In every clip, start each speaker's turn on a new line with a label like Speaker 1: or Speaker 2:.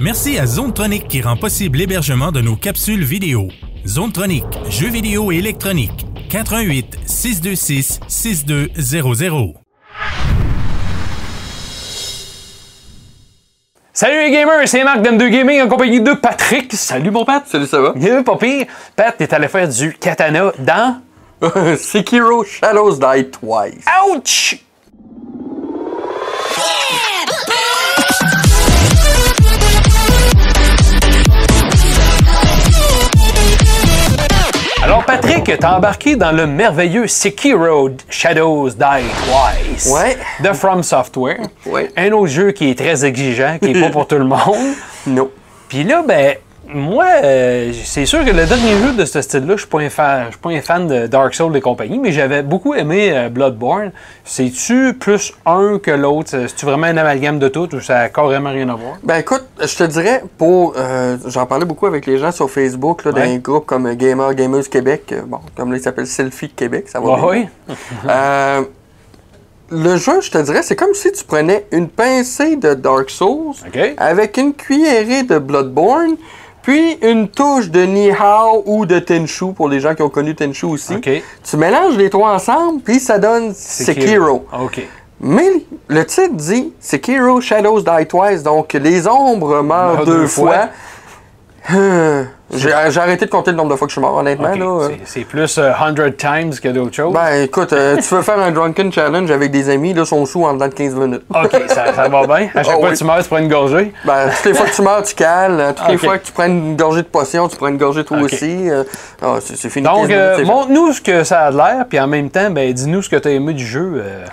Speaker 1: Merci à Zone Tronic qui rend possible l'hébergement de nos capsules vidéo. Zone Tronic, jeux vidéo et électronique. 88 626 6200.
Speaker 2: Salut les gamers, c'est Marc d'M2 Gaming en compagnie de Patrick. Salut mon Pat.
Speaker 3: Salut, ça va?
Speaker 2: Il est pas pire. Pat, t'es allé faire du katana dans
Speaker 3: Sekiro Shadows Die Twice.
Speaker 2: Ouch! Alors Patrick, t'as embarqué dans le merveilleux Sekiro Shadows Die Twice
Speaker 3: Ouais.
Speaker 2: de From Software.
Speaker 3: Ouais.
Speaker 2: Un autre jeu qui est très exigeant, qui est pas pour tout le monde.
Speaker 3: Non.
Speaker 2: Puis là, ben, moi, euh, c'est sûr que le dernier jeu de ce style-là, je suis pas un fan, je suis pas un fan de Dark Souls et compagnie, mais j'avais beaucoup aimé euh, Bloodborne. C'est-tu plus un que l'autre? C'est-tu vraiment un amalgame de tout ou ça a carrément rien à voir?
Speaker 3: Ben écoute, je te dirais, pour. euh, J'en parlais beaucoup avec les gens sur Facebook, là, dans
Speaker 2: Ouais.
Speaker 3: les groupes comme Gamer, Gamers Québec, euh, bon, comme là, ils s'appellent Selfie de Québec, ça va
Speaker 2: Ouais,
Speaker 3: bien.
Speaker 2: ouais.
Speaker 3: Euh, le jeu, je te dirais, c'est comme si tu prenais une pincée de Dark Souls
Speaker 2: Ok.
Speaker 3: avec une cuillerée de Bloodborne, puis une touche de Nihao ou de Tenchu pour les gens qui ont connu Tenchu aussi.
Speaker 2: Ok.
Speaker 3: Tu mélanges les trois ensemble, puis ça donne Sekiro.
Speaker 2: OK.
Speaker 3: Mais le titre dit Sekiro Shadows Die Twice, donc les ombres meurent
Speaker 2: Meurent
Speaker 3: deux,
Speaker 2: deux
Speaker 3: fois. Euh, J'ai j'ai arrêté de compter le nombre de fois que je suis mort, honnêtement.
Speaker 2: Ok,
Speaker 3: là, euh.
Speaker 2: c'est- C'est plus euh, 100 times que d'autres choses.
Speaker 3: Ben écoute, euh, tu veux faire un drunken challenge avec des amis, là, sont sous en dedans de 15 minutes.
Speaker 2: OK, ça, ça va bien. À chaque
Speaker 3: Ah
Speaker 2: fois que
Speaker 3: oui.
Speaker 2: tu meurs, tu prends une gorgée.
Speaker 3: Ben, toutes les fois que tu meurs, tu cales. Euh, Toutes les
Speaker 2: Ok.
Speaker 3: fois que tu prends une gorgée de potion, tu prends une gorgée toi
Speaker 2: Ok.
Speaker 3: aussi. Euh, ah, c'est c'est fini. 15
Speaker 2: Donc,
Speaker 3: minutes,
Speaker 2: euh,
Speaker 3: c'est fait.
Speaker 2: montre-nous ce que ça a de l'air, puis en même temps, ben, dis-nous ce que tu as aimé du jeu. euh.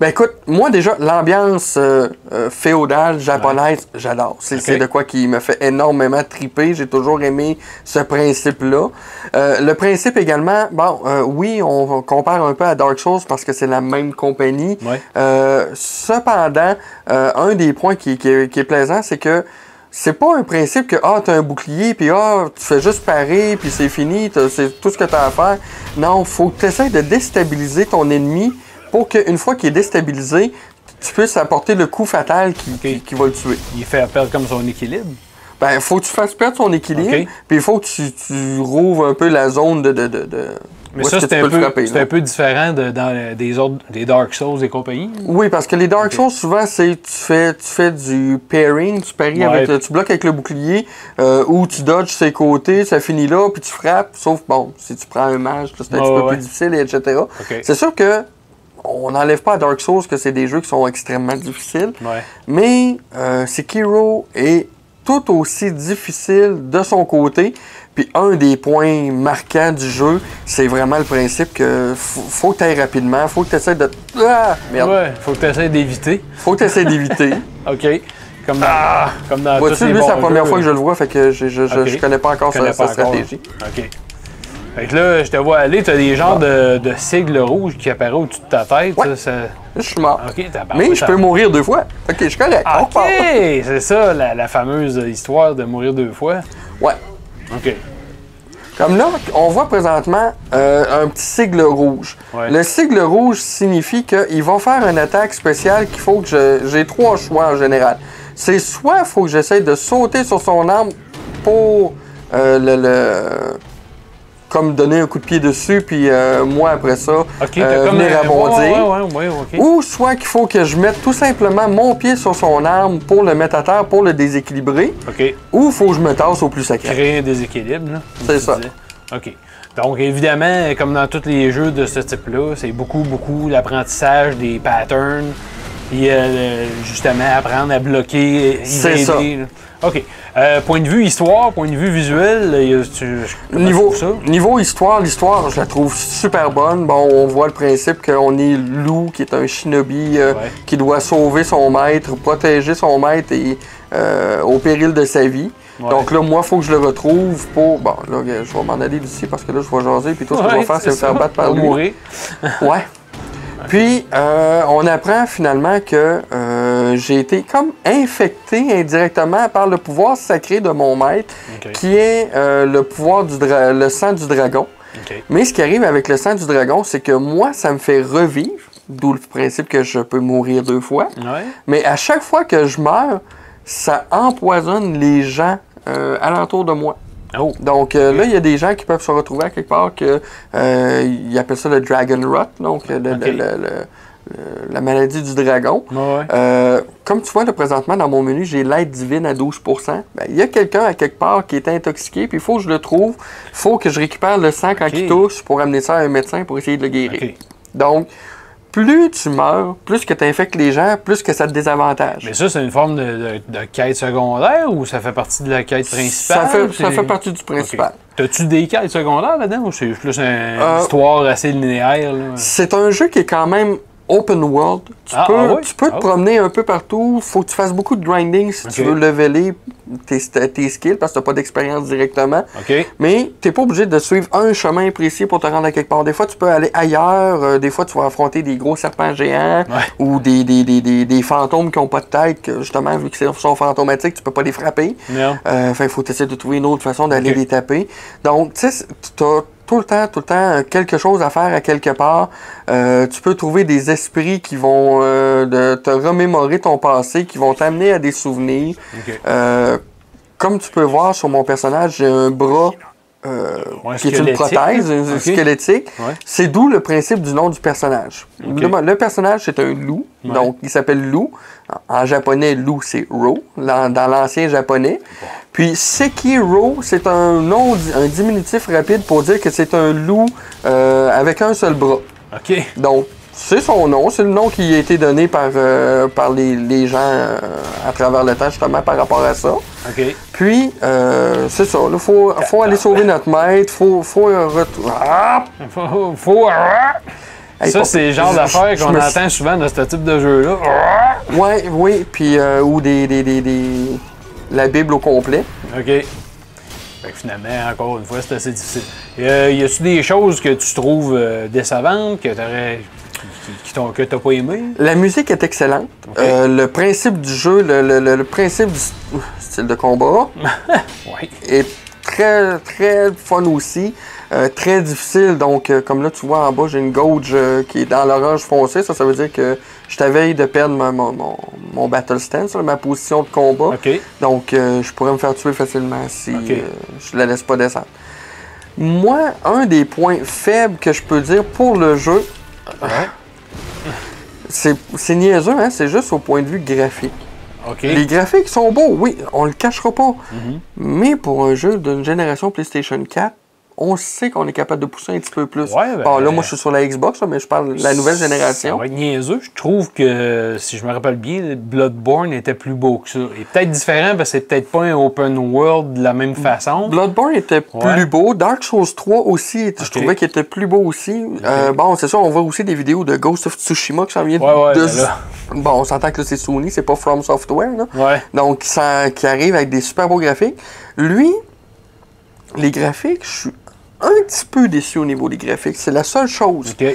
Speaker 3: Ben écoute, moi déjà, l'ambiance euh, euh, féodale japonaise, j'adore. C'est c'est de quoi qui me fait énormément triper. J'ai toujours aimé ce principe-là. Euh, le principe également, bon, euh, oui, on, on compare un peu à Dark Souls parce que c'est la même compagnie.
Speaker 2: Ouais.
Speaker 3: Euh, cependant, euh, un des points qui, qui est- qui est plaisant, c'est que c'est pas un principe que ah t'as un bouclier puis ah tu fais juste parer puis c'est fini t'as- c'est tout ce que t'as à faire non faut que t'essayes de déstabiliser ton ennemi pour qu'une fois qu'il est déstabilisé tu puisses apporter le coup fatal qui, qui- qui va le tuer
Speaker 2: Il fait perdre comme son équilibre.
Speaker 3: ben faut que tu fasses perdre son équilibre
Speaker 2: Ok.
Speaker 3: puis il faut que tu, tu rouvres un peu la zone de de, de, de-
Speaker 2: Mais
Speaker 3: où
Speaker 2: ça,
Speaker 3: est-ce que
Speaker 2: c'est
Speaker 3: tu
Speaker 2: un,
Speaker 3: peux le
Speaker 2: peu-
Speaker 3: frapper,
Speaker 2: c'est
Speaker 3: là.
Speaker 2: un peu différent de- dans le- des autres, des Dark Souls et compagnie.
Speaker 3: Oui, parce que les Dark Souls, souvent, c'est tu fais, tu fais du pairing, tu paries
Speaker 2: Ouais.
Speaker 3: avec le- tu bloques avec le bouclier, euh, ou tu dodges ses côtés, ça finit là, puis tu frappes, sauf, bon, si tu prends un mage, là, c'est un
Speaker 2: Ouais,
Speaker 3: petit peu
Speaker 2: ouais, ouais.
Speaker 3: plus difficile, et etc.
Speaker 2: Ok.
Speaker 3: C'est sûr que on n'enlève pas à Dark Souls que c'est des jeux qui sont extrêmement difficiles,
Speaker 2: Ouais.
Speaker 3: mais euh, Sekiro est tout aussi difficile de son côté. Puis un des points marquants du jeu, c'est vraiment le principe que faut, faut que tu ailles rapidement, faut que tu essaies de... Ah! Merde!
Speaker 2: Ouais, faut que tu essaies d'éviter.
Speaker 3: Faut que tu essaies d'éviter.
Speaker 2: OK. Comme dans, comme dans tous
Speaker 3: Ah! Vois-tu,
Speaker 2: les
Speaker 3: lui,
Speaker 2: bons
Speaker 3: c'est la première
Speaker 2: jeux.
Speaker 3: fois que je le vois, fait que je, je, je,
Speaker 2: Ok.
Speaker 3: je connais pas encore
Speaker 2: connais
Speaker 3: sa, sa
Speaker 2: pas encore.
Speaker 3: stratégie.
Speaker 2: OK. Fait que là, je te vois aller, t'as des genres de, de sigles rouges qui apparaissent au-dessus de ta tête.
Speaker 3: Ouais.
Speaker 2: ça, ça-
Speaker 3: Je suis mort.
Speaker 2: OK, Ah, t'as
Speaker 3: Mais je peux mourir deux fois. Ok, je suis correct. On
Speaker 2: Ah, OK,
Speaker 3: repart.
Speaker 2: c'est ça, la, la fameuse histoire de mourir deux fois.
Speaker 3: Ouais.
Speaker 2: OK.
Speaker 3: Comme là, on voit présentement euh, un petit sigle rouge.
Speaker 2: Ouais.
Speaker 3: Le sigle rouge signifie qu'ils vont faire une attaque spéciale qu'il faut que je- j'ai trois choix en général. C'est soit il faut que j'essaie de sauter sur son arme pour euh, le, le- comme donner un coup de pied dessus, puis euh, moi après ça,
Speaker 2: OK, t'as
Speaker 3: euh,
Speaker 2: comme
Speaker 3: venir
Speaker 2: un-
Speaker 3: rebondir.
Speaker 2: Ouais, ouais, ouais, ouais, OK.
Speaker 3: Ou soit qu'il faut que je mette tout simplement mon pied sur son arme pour le mettre à terre, pour le déséquilibrer,
Speaker 2: OK.
Speaker 3: ou faut que je me tasse au plus sacré.
Speaker 2: créer un déséquilibre. là, comme
Speaker 3: C'est
Speaker 2: tu
Speaker 3: ça.
Speaker 2: disais. OK. Donc, évidemment, comme dans tous les jeux de ce type-là, c'est beaucoup, beaucoup l'apprentissage des patterns. Puis, euh, le- justement, apprendre à bloquer,
Speaker 3: C'est
Speaker 2: évader,
Speaker 3: ça.
Speaker 2: là. OK. Euh, point de vue histoire, point de vue visuel, là, y a- tu, je- comment
Speaker 3: Niveau,
Speaker 2: tu trouves
Speaker 3: niveau histoire, l'histoire, je la trouve super bonne. Bon, on voit le principe qu'on est Lou, qui est un shinobi, euh,
Speaker 2: Ouais.
Speaker 3: qui doit sauver son maître, protéger son maître et, euh, au péril de sa vie.
Speaker 2: Ouais.
Speaker 3: Donc là, moi, faut que je le retrouve pour... Bon, là, je vais m'en aller d'ici parce que là, je vais jaser, puis tout ce que je
Speaker 2: Ouais,
Speaker 3: vais faire, c'est me
Speaker 2: ça.
Speaker 3: faire battre par
Speaker 2: On va
Speaker 3: lui.
Speaker 2: mourir.
Speaker 3: Ouais. Puis, euh, on apprend finalement que euh, j'ai été comme infecté indirectement par le pouvoir sacré de mon maître,
Speaker 2: OK.
Speaker 3: qui est euh, le pouvoir du dra- le sang du dragon.
Speaker 2: OK.
Speaker 3: Mais ce qui arrive avec le sang du dragon, c'est que moi, ça me fait revivre, d'où le principe que je peux mourir deux fois.
Speaker 2: Ouais.
Speaker 3: Mais à chaque fois que je meurs, ça empoisonne les gens euh, alentour de moi.
Speaker 2: Oh.
Speaker 3: Donc euh, là, il y a des gens qui peuvent se retrouver à quelque part que euh, ils appellent ça le dragon rot, donc le- le-
Speaker 2: Ok.
Speaker 3: le- le- le- la maladie du dragon.
Speaker 2: Ouais, ouais.
Speaker 3: Euh, comme tu vois, là, présentement, dans mon menu, j'ai l'aide divine à 12 Ben, Il y a quelqu'un à quelque part qui est intoxiqué, puis il faut que je le trouve. faut que je récupère le sang quand
Speaker 2: Ok.
Speaker 3: il tousse pour amener ça à un médecin pour essayer de le guérir.
Speaker 2: Ok.
Speaker 3: Donc, plus tu meurs, plus que tu infectes les gens, plus que ça te désavantage.
Speaker 2: Mais ça, c'est une forme de, de- de quête secondaire ou ça fait partie de la quête principale?
Speaker 3: ça, fait, ça
Speaker 2: C'est-
Speaker 3: fait partie du principal.
Speaker 2: Ok. T'as-tu des quêtes secondaires là-dedans ou c'est plus une
Speaker 3: Euh,
Speaker 2: histoire assez linéaire? Là?
Speaker 3: C'est un jeu qui est quand même open world. Tu
Speaker 2: Ah,
Speaker 3: peux,
Speaker 2: ah ouais?
Speaker 3: tu peux
Speaker 2: Ah
Speaker 3: te
Speaker 2: ouais.
Speaker 3: promener un peu partout. Faut que tu fasses beaucoup de grinding si tu
Speaker 2: Ok.
Speaker 3: veux leveler tes, tes skills parce que tu pas d'expérience directement.
Speaker 2: OK.
Speaker 3: Mais tu pas obligé de suivre un chemin précis pour te rendre à quelque part. Des fois, tu peux aller ailleurs. euh, des fois, tu vas affronter des gros serpents géants
Speaker 2: Ouais.
Speaker 3: ou des, des, des, des, des fantômes qui ont pas de tête. que, justement, vu qu'ils sont fantomatiques, tu peux pas les frapper.
Speaker 2: Non.
Speaker 3: Euh, Enfin, il faut essayer de trouver une autre façon d'aller
Speaker 2: Ok.
Speaker 3: les taper. Donc, tu sais, c'est- tu as tout le temps, tout le temps euh, quelque chose à faire à quelque part. Euh, tu peux trouver des esprits qui vont euh, de- te remémorer ton passé, qui vont t'amener à des souvenirs.
Speaker 2: OK.
Speaker 3: Euh, comme tu peux voir sur mon personnage, j'ai un bras euh,
Speaker 2: Ouais,
Speaker 3: qui est une
Speaker 2: squelettique,
Speaker 3: prothèse euh,
Speaker 2: là.
Speaker 3: une-
Speaker 2: Ok.
Speaker 3: squelettique.
Speaker 2: Ouais.
Speaker 3: C'est d'où le principe du nom du personnage.
Speaker 2: Ok.
Speaker 3: Le, le personnage, c'est un loup.
Speaker 2: Ouais.
Speaker 3: Donc, il s'appelle loup. En, en japonais, loup, c'est ro, dans, dans l'ancien japonais. Puis, sekiro, c'est un nom, di- un diminutif rapide pour dire que c'est un loup euh, avec un seul bras.
Speaker 2: OK.
Speaker 3: Donc, c'est son nom, c'est le nom qui a été donné par, euh, par les, les gens euh, à travers le temps, justement, par rapport à ça.
Speaker 2: OK.
Speaker 3: Puis, euh, c'est ça, il faut,
Speaker 2: Ah,
Speaker 3: faut aller sauver notre maître, faut, faut euh, retou- Ah!
Speaker 2: Faut. faut- euh,
Speaker 3: Hey,
Speaker 2: ça,
Speaker 3: pas-
Speaker 2: c'est le genre
Speaker 3: je-
Speaker 2: d'affaires
Speaker 3: je-
Speaker 2: qu'on
Speaker 3: je me suis-
Speaker 2: entend souvent dans ce type de jeu-là.
Speaker 3: Ouais, oui, puis euh, ou des, des, des, des- la Bible au complet.
Speaker 2: OK. Fait que finalement, encore une fois, c'est assez difficile. Euh, y a-tu des choses que tu trouves euh, décevantes, que t'aurais. qui- qui- qui t'ont- que t'as pas aimé?
Speaker 3: La musique est excellente. Euh, le principe du jeu, le, le- le- le principe du st- style de combat
Speaker 2: Oui.
Speaker 3: est très très fun aussi, Euh, très difficile. Donc euh, comme là tu vois en bas, j'ai une gauge euh, qui est dans l'orange foncé. Ça, ça veut dire que je t'avais de perdre ma- mon, mon, mon battle stance, là, ma position de combat.
Speaker 2: OK.
Speaker 3: Donc, euh, je pourrais me faire tuer facilement si
Speaker 2: Ok.
Speaker 3: euh, je la laisse pas descendre. Moi, un des points faibles que je peux dire pour le jeu, c'est c'est niaiseux, hein, c'est juste au point de vue graphique.
Speaker 2: OK. Mhm.
Speaker 3: Les graphiques sont beaux, oui, on le cachera pas. Mais pour un jeu d'une génération PlayStation 4, on sait qu'on est capable de pousser un petit peu plus.
Speaker 2: Ouais, ben,
Speaker 3: bon, là, moi, je suis sur la Xbox, là, mais je parle de la nouvelle
Speaker 2: Ça
Speaker 3: génération.
Speaker 2: va être niaiseux. Je trouve que, si je me rappelle bien, Bloodborne était plus beau que ça. Et peut-être différent parce que c'est peut-être pas un open world de la même façon.
Speaker 3: Bloodborne était
Speaker 2: Ouais.
Speaker 3: plus beau. Dark Souls 3 aussi, je
Speaker 2: Ok.
Speaker 3: trouvais qu'il était plus beau aussi. Euh, bon, c'est sûr, on voit aussi des vidéos de Ghost of Tsushima qui s'en vient
Speaker 2: Ouais, ouais,
Speaker 3: de...
Speaker 2: ben là.
Speaker 3: Bon, on s'entend que là, c'est Sony, c'est pas From Software, là.
Speaker 2: Ouais.
Speaker 3: Donc, qui s'en- qui arrive avec des super beaux graphiques. Lui, les graphiques, je suis un petit peu déçu au niveau des graphiques. C'est la seule chose.
Speaker 2: OK.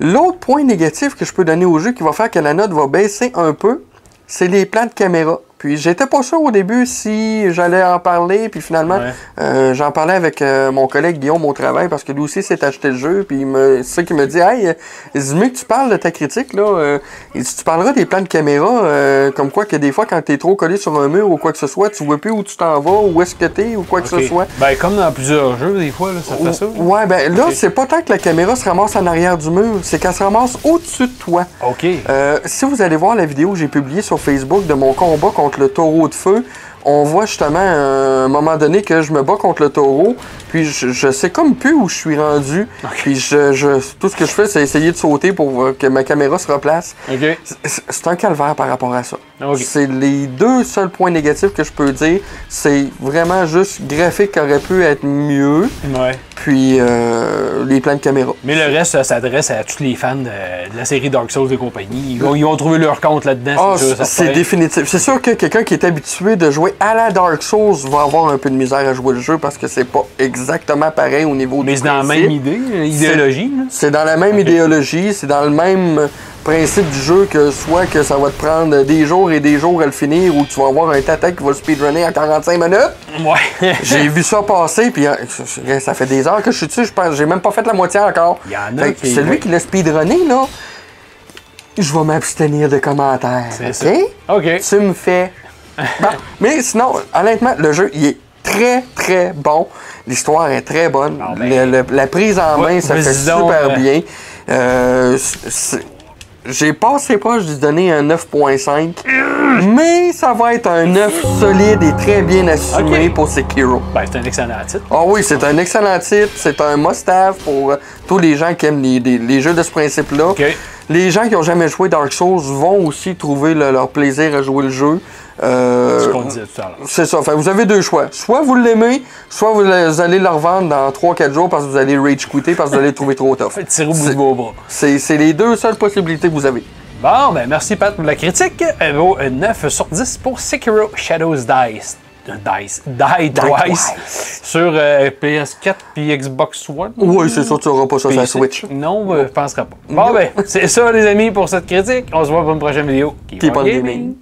Speaker 3: L'autre point négatif que je peux donner au jeu qui va faire que la note va baisser un peu, c'est les plans de caméra. Puis j'étais pas sûr au début si j'allais en parler, puis finalement
Speaker 2: Ouais.
Speaker 3: euh, j'en parlais avec euh, mon collègue Guillaume au travail parce que lui aussi s'est acheté le jeu, puis il me- c'est ça qui me dit Hey, euh, c'est mieux que tu parles de ta critique là, euh, il dit, tu parleras des plans de caméra, euh, comme quoi que des fois quand t'es trop collé sur un mur ou quoi que ce soit, tu vois plus où tu t'en vas, où est-ce que t'es ou quoi que
Speaker 2: OK.
Speaker 3: ce soit.
Speaker 2: Ben, comme dans plusieurs jeux, des fois, là, ça fait ça. là.
Speaker 3: Ouais, ben là,
Speaker 2: Ok.
Speaker 3: c'est pas tant que la caméra se ramasse en arrière du mur, c'est qu'elle se ramasse au-dessus de toi.
Speaker 2: OK.
Speaker 3: Euh, si vous allez voir la vidéo que j'ai publiée sur Facebook de mon combat contre le taureau de feu, on voit justement euh, à un moment donné que je me bats contre le taureau, puis je, je sais comme plus où je suis rendu, puis je, je- tout ce que je fais, c'est essayer de sauter pour euh, que ma caméra se replace.
Speaker 2: OK.
Speaker 3: C'est- C'est un calvaire par rapport à ça.
Speaker 2: OK.
Speaker 3: C'est les deux seuls points négatifs que je peux dire. C'est vraiment juste graphique qui aurait pu être mieux,
Speaker 2: Ouais.
Speaker 3: puis euh, les plans de caméra.
Speaker 2: Mais le reste, ça s'adresse à tous les fans de, de la série Dark Souls et compagnie. Ils, vont- ils ont trouvé leur compte là-dedans.
Speaker 3: Ah,
Speaker 2: sûr,
Speaker 3: c'est- c'est
Speaker 2: certain.
Speaker 3: définitif. C'est sûr que quelqu'un qui est habitué de jouer à la Dark Souls va avoir un peu de misère à jouer le jeu parce que c'est pas exactement pareil au niveau
Speaker 2: Mais
Speaker 3: du
Speaker 2: c'est dans la
Speaker 3: principe.
Speaker 2: même idée, euh, idéologie. là.
Speaker 3: C'est dans la même idéologie, c'est dans le même principe du jeu que soit que ça va te prendre des jours et des jours à le finir ou tu vas avoir un tata qui va le speedrunner en 45 minutes.
Speaker 2: Ouais.
Speaker 3: J'ai vu ça passer, puis hein, ça fait des heures que je suis dessus, je pense, j'ai même pas fait la moitié encore.
Speaker 2: Il y en a
Speaker 3: Fait que
Speaker 2: qui-
Speaker 3: Celui
Speaker 2: oui.
Speaker 3: qui l'a speedrunné, là, je vais m'abstenir de commentaires.
Speaker 2: C'est
Speaker 3: ok?
Speaker 2: ça. OK.
Speaker 3: Tu me fais Bon, mais sinon, honnêtement, le jeu, il est très, très bon. L'histoire est très bonne.
Speaker 2: Ah, ben.
Speaker 3: Le- le- la prise en main,
Speaker 2: Ouais,
Speaker 3: ça
Speaker 2: mais
Speaker 3: fait
Speaker 2: dis donc,
Speaker 3: super
Speaker 2: euh,
Speaker 3: bien. Euh, c'est- c'est- j'ai passé proche de donner un 9.5, mais ça va être un 9 solide et très bien assumé
Speaker 2: Ok.
Speaker 3: pour Sekiro.
Speaker 2: Ben, c'est un excellent titre.
Speaker 3: Ah oui, c'est un excellent titre, c'est un must-have pour euh, tous les gens qui aiment les, les- les jeux de ce principe-là.
Speaker 2: OK.
Speaker 3: Les gens qui n'ont jamais joué Dark Souls vont aussi trouver le- leur plaisir à jouer le jeu. Euh,
Speaker 2: C'est ce qu'on disait tout à l'heure.
Speaker 3: c'est ça. Fait que vous avez deux choix. Soit vous l'aimez, soit vous, le- vous allez le revendre dans 3-4 jours parce que vous allez rage quitter parce que vous allez le trouver trop tough.
Speaker 2: Tirer au bout de vos bras.
Speaker 3: C'est c'est les deux seules possibilités que vous avez.
Speaker 2: Bon, ben merci Pat pour la critique. Elle vaut un 9 sur 10 pour Sekiro Shadows Dice. euh, Dice. Die Twice. Sur euh, PS4 puis Xbox One.
Speaker 3: Oui, c'est sûr, tu n'auras pas ça euh, sur la
Speaker 2: PC.
Speaker 3: Switch.
Speaker 2: Non, euh, je penserai pas. Bon, ben, c'est ça les amis pour cette critique. On se voit pour une prochaine vidéo.
Speaker 3: Keep on gaming.